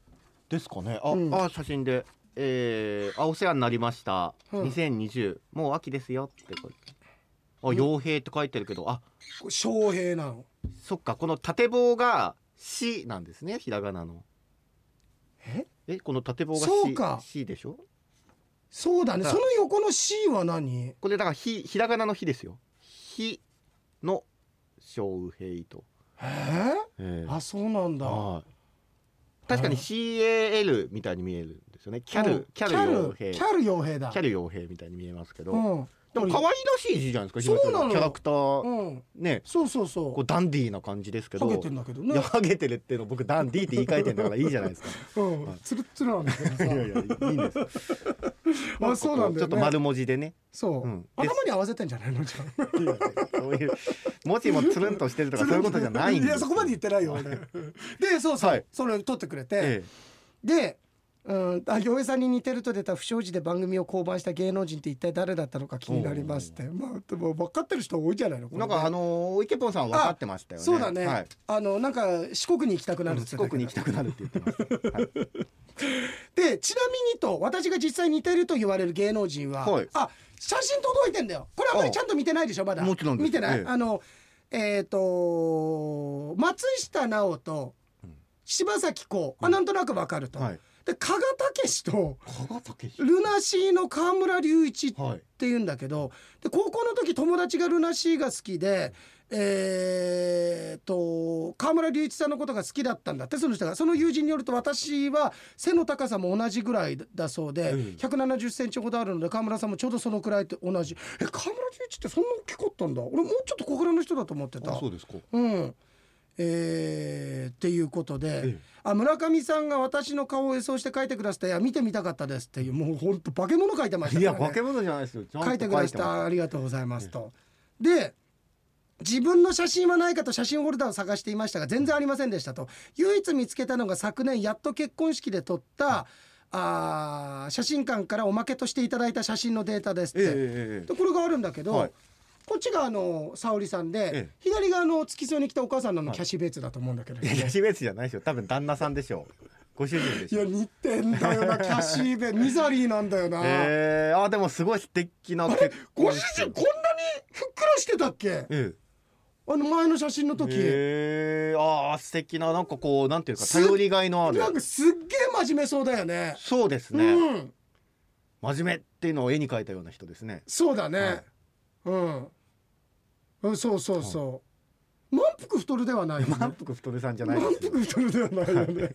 ですかねあ、
うん
あ写真でえー、あお世話になりました、
うん
2020もう秋ですよってこれあ傭兵って書いてるけどあ
これ翔平なの
そっかこの縦棒が「し」なんですねひらがなの
え
えこの縦棒が
そうか
「し」しでしょ
そうだね
だ
その横の C は何
これだからひひらがなの「ひ」ですよ「ひ」の翔平と、
えー、
え
あそうなんだ
はい確かに
はい
CAL みたいに見えるんですよねキャル、
うん
キャル傭兵
キャルキャル傭兵だ
キャル傭兵みたいに見えますけど、
うん
でも可愛らしい字じゃないですかひまちゃん
そうなの
キャラクター
うん
ね
そうそうそ
こうダンディーな感じですけ
う
ど
ハゲてんだけど
いや
ね、
ハゲてるっていうの僕ダンディーって言い換えてんだからいいじゃないですか
うん、つるっつるなんだけど
い
さ
やいやいいんですよ
あそうなんだ
ちょ
よ
っと
ね
丸文字でね
そう、
うん
頭に合わせてんじゃないのじゃあ
そういう文字もつるんとしてると かそういうことじゃないんです
やそこまで言ってないよ俺でそうそう、
はい
それ取ってくれて、
え
でうん、あ洋平さんに似てると出た不祥事で番組を降板した芸能人って一体誰だったのか気になりましてまあでも分かってる人多いじゃないのこ
え
れ
なんかあのー、イケポンさんは分かってましたよね
そうだね、
はい
あのなんか四国に行きたくなるって
四
言ってたけど
国に行きたくなるって言ってました、はい
でちなみにと私が実際似てると言われる芸能人は、
はい
あ写真届いてんだよこれあんまりちゃんと見てないでしょまだ
もちろんです
見てない、
ええ
あのえっ、と松下奈緒と柴咲コウ、あなんとなくわかると、
はい
で加賀武史と
加賀武
ルナシーの河村隆一っ
はい
っていうんだけどで高校の時友達がルナシーが好きで、えー、と河村隆一さんのことが好きだったんだってその人がその友人によると私は背の高さも同じぐらいだそうで、
うん
1 7 0センチほどあるので河村さんもちょうどそのくらいと同じえ河村隆一ってそんな大きかったんだ俺もうちょっと小柄の人だと思ってた
あそうですか
うんえー、っていうことで、
ええ
あ村上さんが私の顔を予想して書いてくださったいや見てみたかったですっていうもう本当化け物書いてました
い
から
や
ね
化け物じゃないですよちゃんと
書いてくだ
書いてま
さいありがとうございますと。で自分の写真はないかと写真ホルダーを探していましたが全然ありませんでしたと唯一見つけたのが昨年やっと結婚式で撮った、あー写真館からおまけとしていただいた写真のデータですっ
ええ
て、
えええ
でこれがあるんだけど、
はい
こっちがあの沙織さんで、
え
左側の付き添いに来たお母さんのあのキャッシュベーツだと思うんだけど、
えいや
い
キャシーベースじゃないですよ多分旦那さんでしょうご主人でしょ
や
う
似てんだ よなキャッシーベーツミザリーなんだよな、
ええあでもすごい素敵な結
ご
婚
主
式
人こんなにふっくらしてたっけ
ええ
あの前の写真の時、
へえああ素敵ななんかこうなんていうか
す
頼りがいのある
なんかすっげえ真面目そうだよね。
そうですね、
うん、
真面目っていうのを絵に描いたような人ですね
そうだね。
はい
うん、うん、そうそうそう。満腹太るではないよね。
満腹太るさんじゃない
満
ですよ
腹太るではないよね。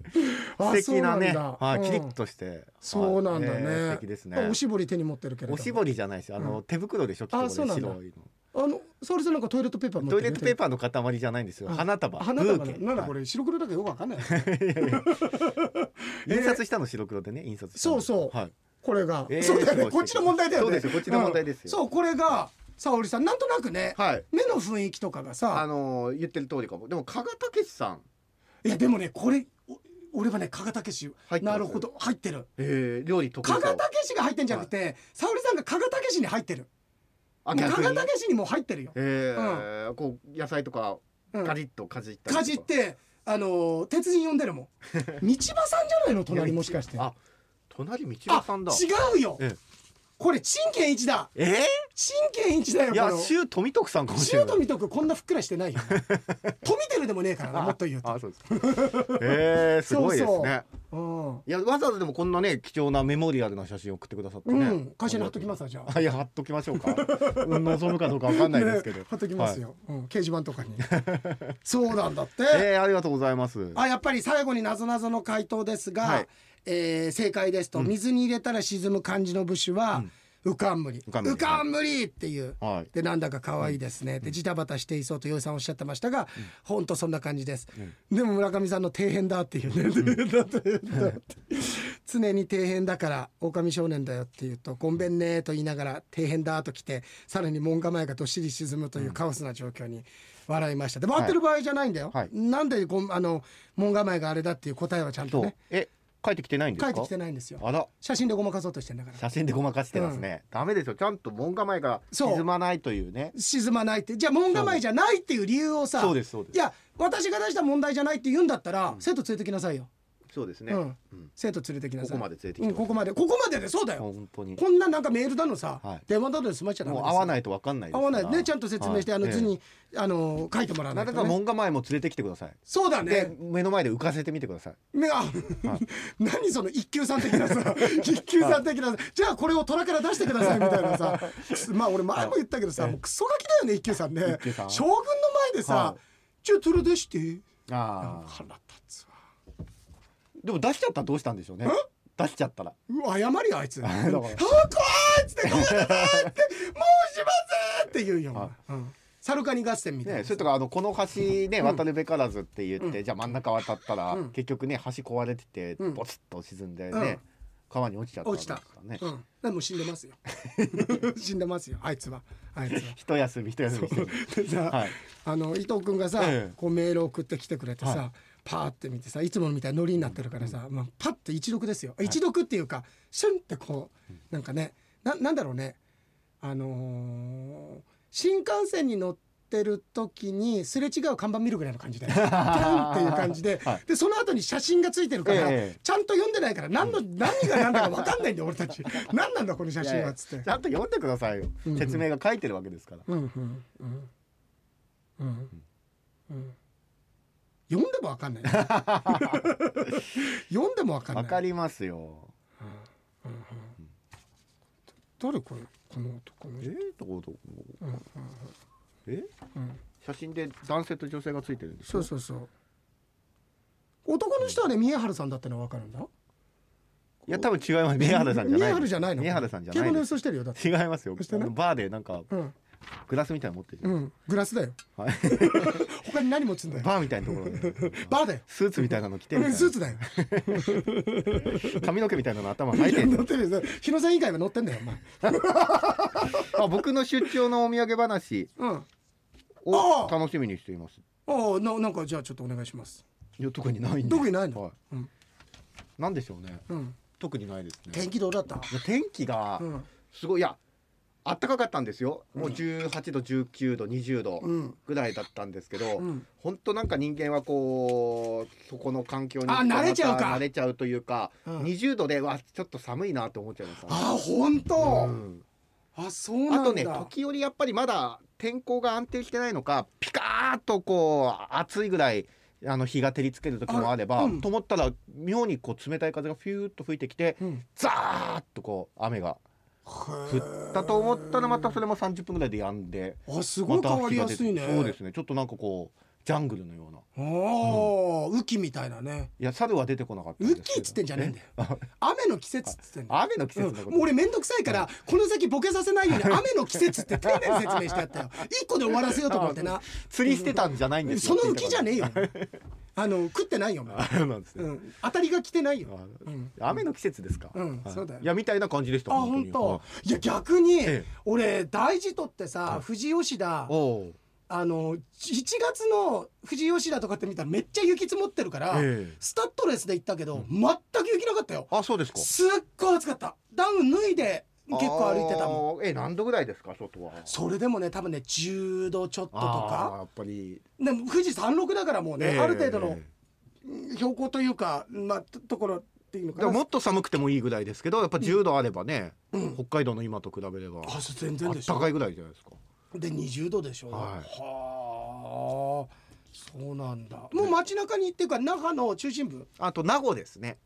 あ
素敵なね
そうなんだ
はい、
うん
キリッとして
そうなんだね
はいえー素敵ですね
おしぼり手に持ってるけれど。
おしぼりじゃないですよあの、手袋でしょ着てこれ
あそうなんだ
白いの
あの、沙織さんなんかトイレットペーパー持っ
ト
て
イレットペーパーの塊じゃないんですよ花束
花
ブ
束
ーケ
ななんだこれ、白黒だけどよくわかんない。
印刷したの白黒でね印刷した
そ
の
うそう
はい、
これが、
えー
そうだよ
すご
ね。
い
こっちの問題だよね。
そうですよこっちの問題ですよ
うんそうこれが沙織さんなんとなくね、
はい、
目の雰囲気とかがさ、
あのー言ってる通りかもでも加賀武さん
いやでもねこれお俺はね加賀武史
入ってま
な
す
るほど入ってる
えー、料理得意
加
そう
賀武史が入ってんじゃなくて沙織さんが加賀武史に入ってる
あ
もう
逆
加
に
賀武史にもう入ってるよ、
えーこう野菜とか
うん
ガリッとかじったりと
かじってあのー鉄人呼んで るもん道場さんじゃないの隣もしかして
あ隣道場
あ
さんだ
違うよ、
ええ
これ陳建一だ
え
陳建一だよ
ー、い
こ
や
の
周富徳さんかもしれ
中
ない
富徳こんなふっくらして ないよ富てるでもねえからなもっと言うと
あそうですえー、すごいですね
そうそううん
いやわざわざでもこんなね貴重なメモリアルな写真送ってくださってね、
うん会社に貼っときますわじゃあ
あいや貼っときましょうかうん望むかどうかわかんないですけど、
ね貼っときますよ、うん、掲示板とか にそうなんだって、
はい、えー、ありがとうございます
あやっぱり最後に謎々の回答ですが、
はい
えー正解ですと、水に入れたら沈む漢字の部首は、浮かんむり
浮かんむり
浮かんむりっていう、
はい
でなんだか可愛いですね、でジタバタしていそうとよいさんおっしゃってましたが、ほんとそんな感じです、でも村上さんの底辺だっていうね、底辺 だって常に底辺だから狼少年だよっていうと「ごんべんね」と言いながら底辺だと来てさらに門構えがどっしり沈むというカオスな状況に笑いましたでも合ってる場合じゃないんだよ、
はい
なんでごんあの門構えがあれだっていう答えはちゃんと
そう
ね
え書いてきてないんです
書
か
いてきてないんですよ
あら
写真でごまかそうとしてんだから
写真でごまかしてますね、ダメですよちゃんと門構えが
そう
沈まないというね
沈まないってじゃあ門構えじゃないっていう理由をさ
そうですそうです
いや私が出した問題じゃないって言うんだったら、生徒連れてきなさいよ、
そうですね、
うん
うん
生徒連れてきなさい
ここまで連れてきて
うん、ここまでここまででそうだよ、
本当に
こんななんかメールだのさ、
はい
電話だので済まっちゃダメ
もう
です
合わないとわかんないです
合
から
わないねちゃんと説明して、
はい
あの
ええ
図に、あの書いてもらわな
ないん
と、
だったら
ね、
門構えも連れてきてください
そうだ
で
ね
目の前で浮かせてみてください
目が 何その一級さん的なさ一級さん的なさじゃあこれを虎から出してくださいみたいなさまあ俺前も言ったけどさ、もうクソガキだよね一級さんね
一級さん
将軍の前でさ、
はい
ちょトゥル出して
あ
腹立つわ
でも出しちゃったらどうしたんでしょうね出しちゃったら
うわ謝るよあい つ「あ
あ
ー
どう
怖
も
い!」っつって「ごめんなさい!」って「もうしません!」って言うよ、うん、サルカニ合戦みたいな、
ね、それとかあのこの橋ね渡るべからずって言って、
うん
じゃあ真ん中渡ったら、
うん
結局ね橋壊れてて
うん
ボツッと沈んでね、
うん
川に落ちちゃった
落ちた
わけですからね、
うん、でもう死んでます よ 死んでますよあいつはあいつは。
一休み一休み してる
でさ、
はい
あの伊藤君がさ、
ええ
こうメール送ってきてくれてさ、
はい
パーって見てさいつもみたいにノリになってるからさ、まあ、パッて一読ですよ、一読っていうかシュンってこうなんかねななんだろうねあのー新幹線に乗ってる時にすれ違う看板見るぐらいの 感じでピャンっていう感じで,、
はい
でその後に写真がついてるから、
ええ
ちゃんと読んでないから何の何が何だか分かんないんだよ俺たち何なんだこの写
い
真
やい
はっ
や
つって。
ちゃんと読んでくださいよ、
うんうん
説明が書いてるわけですから、
うんうんうんうんうん読んでもわかんない読んでもわかんな
わ
い
かりますよ
誰これこの男の
えー、どうどう
うんうん
え
うん
写真で男性と女性がついてるんです
そうそうそう男の人はね宮原さんだってのはわかるんだ
いや多分違います宮原さんじゃない
宮原じゃないの
宮原さんじゃ
競馬の
ないで
予
す
想してるよだって
違いますよ
してない
あのバーでなんか
うん
グラスみたいなの持ってるじゃ、
うんんグラスだよ
はい
他に何持つんだよ
バーみたいなところで
バーだよ
スーツみたいなの着て
う
み
ん
たい な
スーツだよ
髪の毛みたいなの頭巻いてんだ
乗ってるよ日野さん以外は乗ってんだよお前
あ僕の出張のお土産話
うんああ
を楽しみにしています
ああななんかじゃあちょっとお願いします
いや特にないんで
特にないの
はい
うん
なんでしょうね
うん
特にないですね
天気どうだった
いや天気が
うん
すごいいや暖かかったんですよもう18度19度20度
うん
ぐらいだったんですけど、
うん
本当なんか人間はこうそこの環境に
あ慣れちゃうか
また慣れちゃうというか、
うん
20度でわちょっと寒いなと思っちゃいます
あ本当、
うん
あそう
あ
なんだ
とね時折やっぱりまだ天候が安定してないのかピカーッとこう暑いぐらいあの日が照りつける時もあれば
あうん
と思ったら妙にこう冷たい風がフューッと吹いてきて
うん、
ザーッとこう雨が降
降
ったと思ったらまたそれも30分ぐらいで止んで
あすご
ま
い
た
変わり
日が
や
出
す
て
いね
そうですねちょっとなんかこうジャングルのような
ああ、雨季みたいなね
いや猿は出てこなかった
雨季っつってんじゃねえんだよ雨の季節っつってんだよ
雨の季
うん、
節
も
のこ
う
と
俺めんどくさいから、この先ボケさせないように雨の季節って丁寧に説明してやったよ一個で終わらせようと思ってな
釣りしてたんじゃないんです
そ
よ
の浮きじゃねえよあの食ってないよお前、
あそうなんですね
うん、当たりが来てないよ
あ
うん
雨の季節ですか。
うん
はい
そうだよ
いやみたいな感じでした。
あ本
に
当。いや逆に、
ええ
俺大事とってさ富士吉田
おお。
あの1月の富士吉田とかって見たらめっちゃ雪積もってるから、
ええ
スタッドレスで行ったけど、全く雪なかったよ
あそうですか。
すっごい暑かったダウン脱いで結構歩いてたもん
ん。え何度ぐらいですか外は。
それでもね多分ね10度ちょっとと
あー
か
やっぱり。
でも富士山麓だからもうね、
ええ
ある程度の標高というか、まあ、とところっていうの
で
か
もも
な
っと寒くてもいいぐらいですけどやっぱ10度あればね、北海道の今と比べれば
あそう全
あ
然
っ
でしたょ
かいぐらいじゃないですか
で20度でしょ
はい
はあそうなんだもう街中にっていうか那覇の中心部
あと名護ですね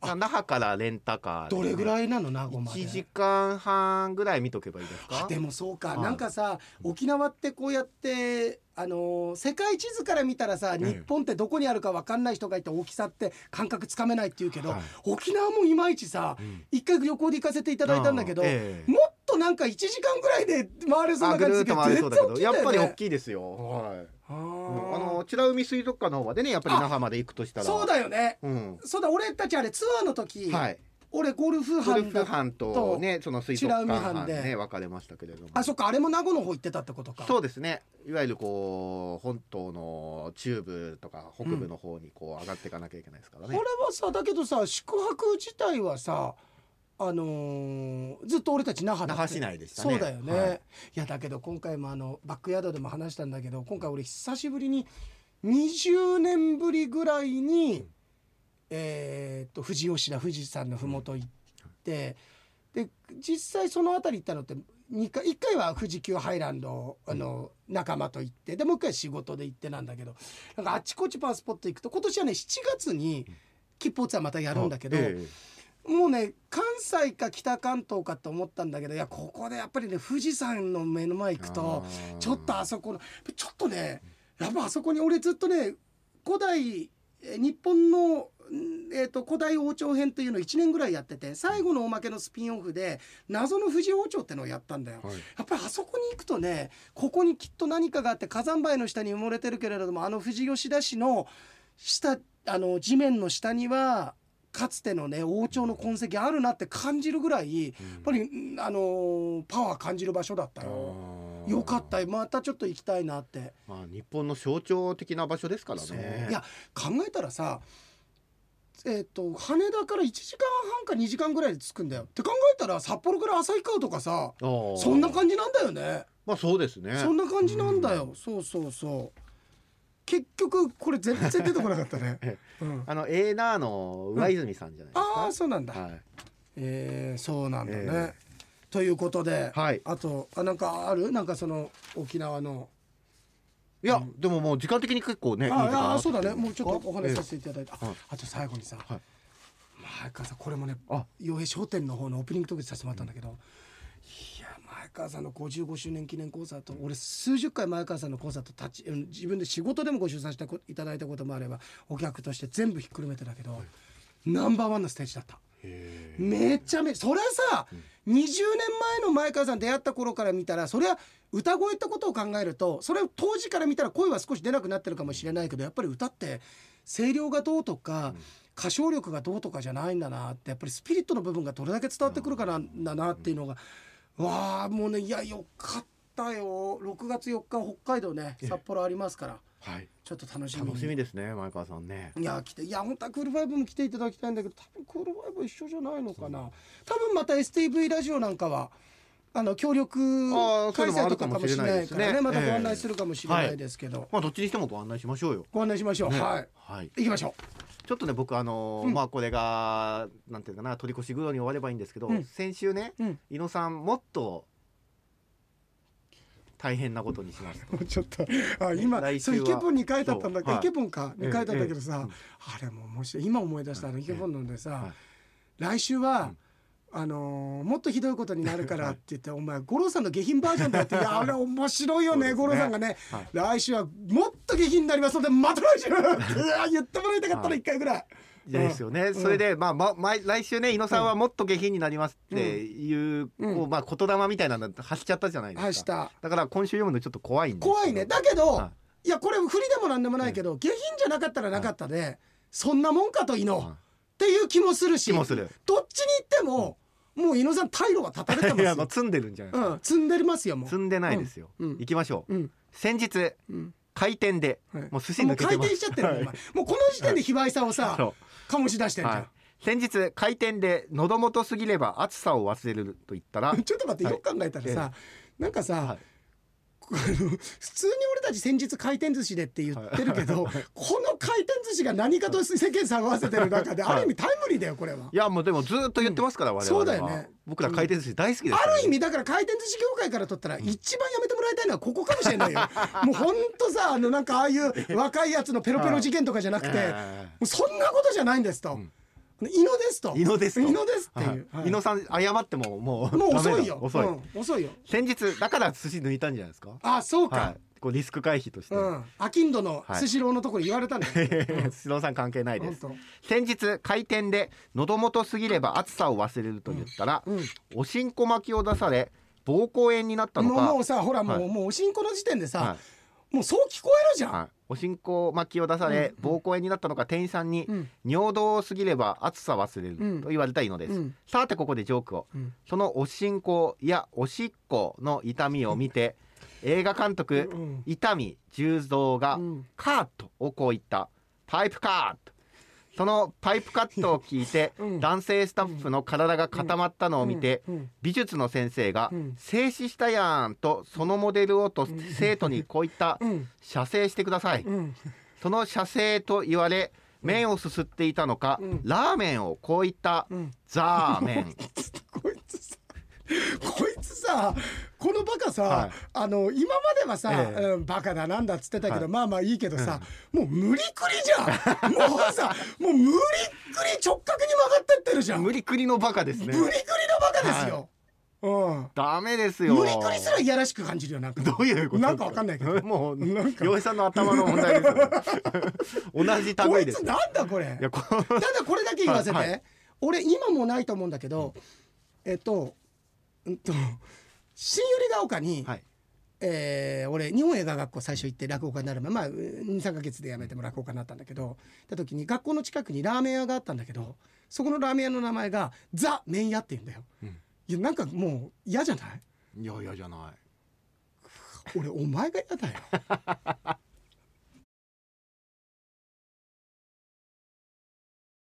那覇からレンタカーで
どれぐらいなの名護まで
1時間半ぐらい見とけばいいです
あ
か
でもそうか、
はい
なんかさ沖縄ってこうやってあのー世界地図から見たらさ
え
日本ってどこにあるか分かんない人がいて大きさって感覚つかめないっていうけど、
はい
沖縄もいまいちさ
うん
一回旅行で行かせていただいたんだけど、
あーええ
もっとなんか1時間ぐらいで回れそう
あ
な
ぐ
感
る
じ
ー
する
っ
けど
と回りそうだけど、やっぱり大
い
きいですよはい
あ
うんあ
の
の美ら海水族館の方までねやっぱり那覇まで行くとしたら
そうだよね
うん
そうだ俺たちあれツアーの時、
はい
俺ゴルフ
ゴル
班
フ
だ
班とねその水族館
美
班
ら海班で
ね分かれましたけれども
あそっかあれも名護の方行ってたってことか
そうですねいわゆるこう本島の中部とか北部の方にこう上がっていかなきゃいけないですから
これ
ね、
はさだけどさ宿泊自体はさあのーずっと俺たち那覇だ
那
って
覇市内でしたね
そうだよね、
はい
い、やだけど今回もあのバックヤードでも話したんだけど今回俺久しぶりに20年ぶりぐらいに、えーっと富士吉田富士山の麓行って、で実際その辺り行ったのって2回1回は富士急ハイランドあの仲間と行ってでもう1回仕事で行ってなんだけどなんかあちこちパワースポット行くと今年はね7月に吉報ツアーまたやるんだけど、
ええ
もうね関西か北関東かと思ったんだけどいやここでやっぱりね富士山の目の前行くと
あー
ちょっとあそこのちょっとねやっぱあそこに俺ずっとね古代え日本のんえー、と古代王朝編というのを1年ぐらいやってて最後のおまけのスピンオフで謎の藤王朝ってのをやったんだよ。
はい
やっぱりあそこに行くとねここにきっと何かがあって火山灰の下に埋もれてるけれどもあの富士吉田市の下あの地面の下にはかつてのね王朝の痕跡あるなって感じるぐらいやっぱり、うんあのーパワー感じる場所だったよ。よかったまたちょっと行きたいなって。
まあ日本の象徴的な場所ですから
そう
ね
いや考えたらさえっと羽田から1時間半か2時間ぐらいで着くんだよって考えたら札幌から旭川とかさそ
そ
んな感じなんだよね
まあそうですね
そんな感じなんだよ、そうそうそう結局これ全然出てこなかったね
え、
うん、
あのエーナーの上泉さんじゃないで
あ
すか
あ、そうなんだ、
はい
えー、そうなんだね、
え
ということで、
はい
あとあなんかあるなんかその沖縄の
いやでももう時間的に結構ねいいかな
ああそうだね
ってい
もうちょっとお話しさせ
え
ていただいて、あ
はい
あと最後にさ、
はい
前川さんこれもね
えあ
洋平商店の方のオープニングトークでさせてもらったんだけど、いや前川さんの55周年記念コンサート俺数十回前川さんのコンサート立ちうん自分で仕事でもご出産してこいただいたこともあればお客として全部ひっくるめてだけど、ナンバーワンのステージだった。
へえ
めちゃめちゃそれさ、20年前の前川さん出会った頃から見たらそれは歌声ってことを考えるとそれを当時から見たら声は少し出なくなってるかもしれないけどやっぱり歌って声量がどうとか、歌唱力がどうとかじゃないんだなってやっぱりスピリットの部分がどれだけ伝わってくるかなんだなっていうのが、わあもうねいやよかったよ6月4日北海道ね札幌ありますから
はい
ちょっと楽しみに
楽しみですね前川さんね
いや来ていや本当はクールファイブも来ていただきたいんだけど多分クールファイブは一緒じゃないのかな多分また STV ラジオなんかはあの協力
あーそう
開
いう
催
のもあ
とか
るか
か
も
も
し
し
れ
れ
な
ないい
です
か
ね
らねまた
ええ
ご案内するかもしれないですけど、
まあどっちにしてもご案内しましょうよ
ご案内しましょう、
ね
はい
はい
行きましょ
ちょっとね僕あのー
うん
まあこれがなんていうかな取り越し苦労に終わればいいんですけど、
うん
先週ね、
う、うん、
伊野さんもっと大変なことにしました
もう ちょっとあ今
来週
そ
は
れイケポン2回だったんだけど、
そうはい
イケポンか2回だったけど
ええ
さ、
え
あれも面白い今思い出したあの
はい
イケポンのでさ、
はい
来週は、あのーもっとひどいことになるからって言って、お前五郎さんの下品バージョンだよっていやあれ面白いよね
そうですね
五郎さんがね、
はい
来週はもっと下品になりますのでまた来週 って言ってもらいたかったら
はい
1回ぐらい、
いやですよね、それで、まあ、ま、毎来週ね伊野さんはもっと下品になりますっていう、
うん
こうまあ、言霊みたいなの発しちゃったじゃない
明
です
日
かだから今週読むのちょっと怖いんですけど
怖いねだけど、、
はい
やこれ不利でもなんでもないけど、下品じゃなかったらなかったで、そんなもんかといいの、
はい
っていう気もするし
気もする
どっちに行っても、もう伊野さん退路は立たれてます
い
よ
や、まあ、積んでるんじゃないですか、
うん、積んでますよもう
積んでないですよ、
うんうん
行きましょう、
うん
先日
うん
回転で、
はい
もう寿司抜けてます
もう回転しちゃってるね、お前
はい
もうこの時点で卑猥さをさ、
そ
醸し出して
う、
んじゃん、
はい、先日回転で喉元すぎれば暑さを忘れると言ったら
ちょっと待って
はい
よく考えたらさ、
は
なんかさ、
はい
この普通に俺たち先日回転寿司でって言ってるけど、この回転寿司が何かと世間騒がせてる中で、
は
あ
い。
る意味タイムリーだよこれはい
やもうでもずっと言ってますから、我々は
そうだよね
僕ら回転寿司大好きです、
ある意味だから回転寿司業界から取ったら一番やめてもらいたいのはここかもしれない よ。もうほんとさあのなんかああいう若いやつのペロペロ事件とかじゃなくて、
はい
もうそんなことじゃないんですと。イノですと。
伊野ですと
イノですっていう。
は
はいい
伊野さん謝ってももう
もう
ダメだ
遅いよ。
遅い、
うん遅いよ。
先日だから寿司抜いたんじゃないですか
あ、そう
は
か。
いこうリスク回避として、
うん。アキンドのスシローのところに言われたんだよ。
須藤さん関係ないで
本
す
当。
先日開店で喉元すぎれば暑さを忘れると言ったら、
うんうん
おしんこ巻きを出され膀胱炎になったの
もう
か
もうさ、ほらもう、
はい
もうおしんこの時点でさ、
は
もうそう聞こえるじゃん。
はいおしんこ巻きを出され、膀胱炎になったのか店員さんに、
うん
尿道を過ぎれば暑さ忘れる、
うん
と言われたいのです、
うん
さてここでジョークを、
うん
そのおしんこやおしっこの痛みを見て、映画監督、
うん
痛み十三が、
うん
カートをこう言ったパイプカートそのパイプカットを聞いて、
うん
男性スタッフの体が固まったのを見て、
うんうん
美術の先生が
うん
「静止したやん」とそのモデルをと生徒にこう言った
うん
「写生してください」
うん。
その写生と言われ麺をすすっていたのか、
うん
ラーメンをこう言った、
うん
ザーメ
こ
ン
いつさ。こいつさこのバカさ、
はい
あの今まではさ、
ええ
うん、バカだなんだっつってたけど、
はい
まあまあいいけどさ、もう無理くりじゃんもうさもう無理くり直角に曲がってってるじゃん無
無
理
理くりのバカです
く
ね
りのバカですよ、
は
うん
ダメですよ
無理くりすらいやらしく感じるよなんか
どういうこと
なんかわかんないけど
もう
なんか
洋平さんの頭の問題 ですよ同じ
こ
類
い
で
つ
す
なんだこれ
いやこ
ただこれだけ言わせて、
はいは
俺今もないと思うんだけど、えっとうんと新百合ヶ丘に、
はい
えー俺日本映画学校最初行って落語家になる前まあ23ヶ月で辞めても落語家になったんだけどた時に学校の近くにラーメン屋があったんだけどそこのラーメン屋の名前がザ・麺屋って言うんだよ、
うん
いやなんかもう嫌じゃない
いやいやじゃない
俺お前が嫌だよ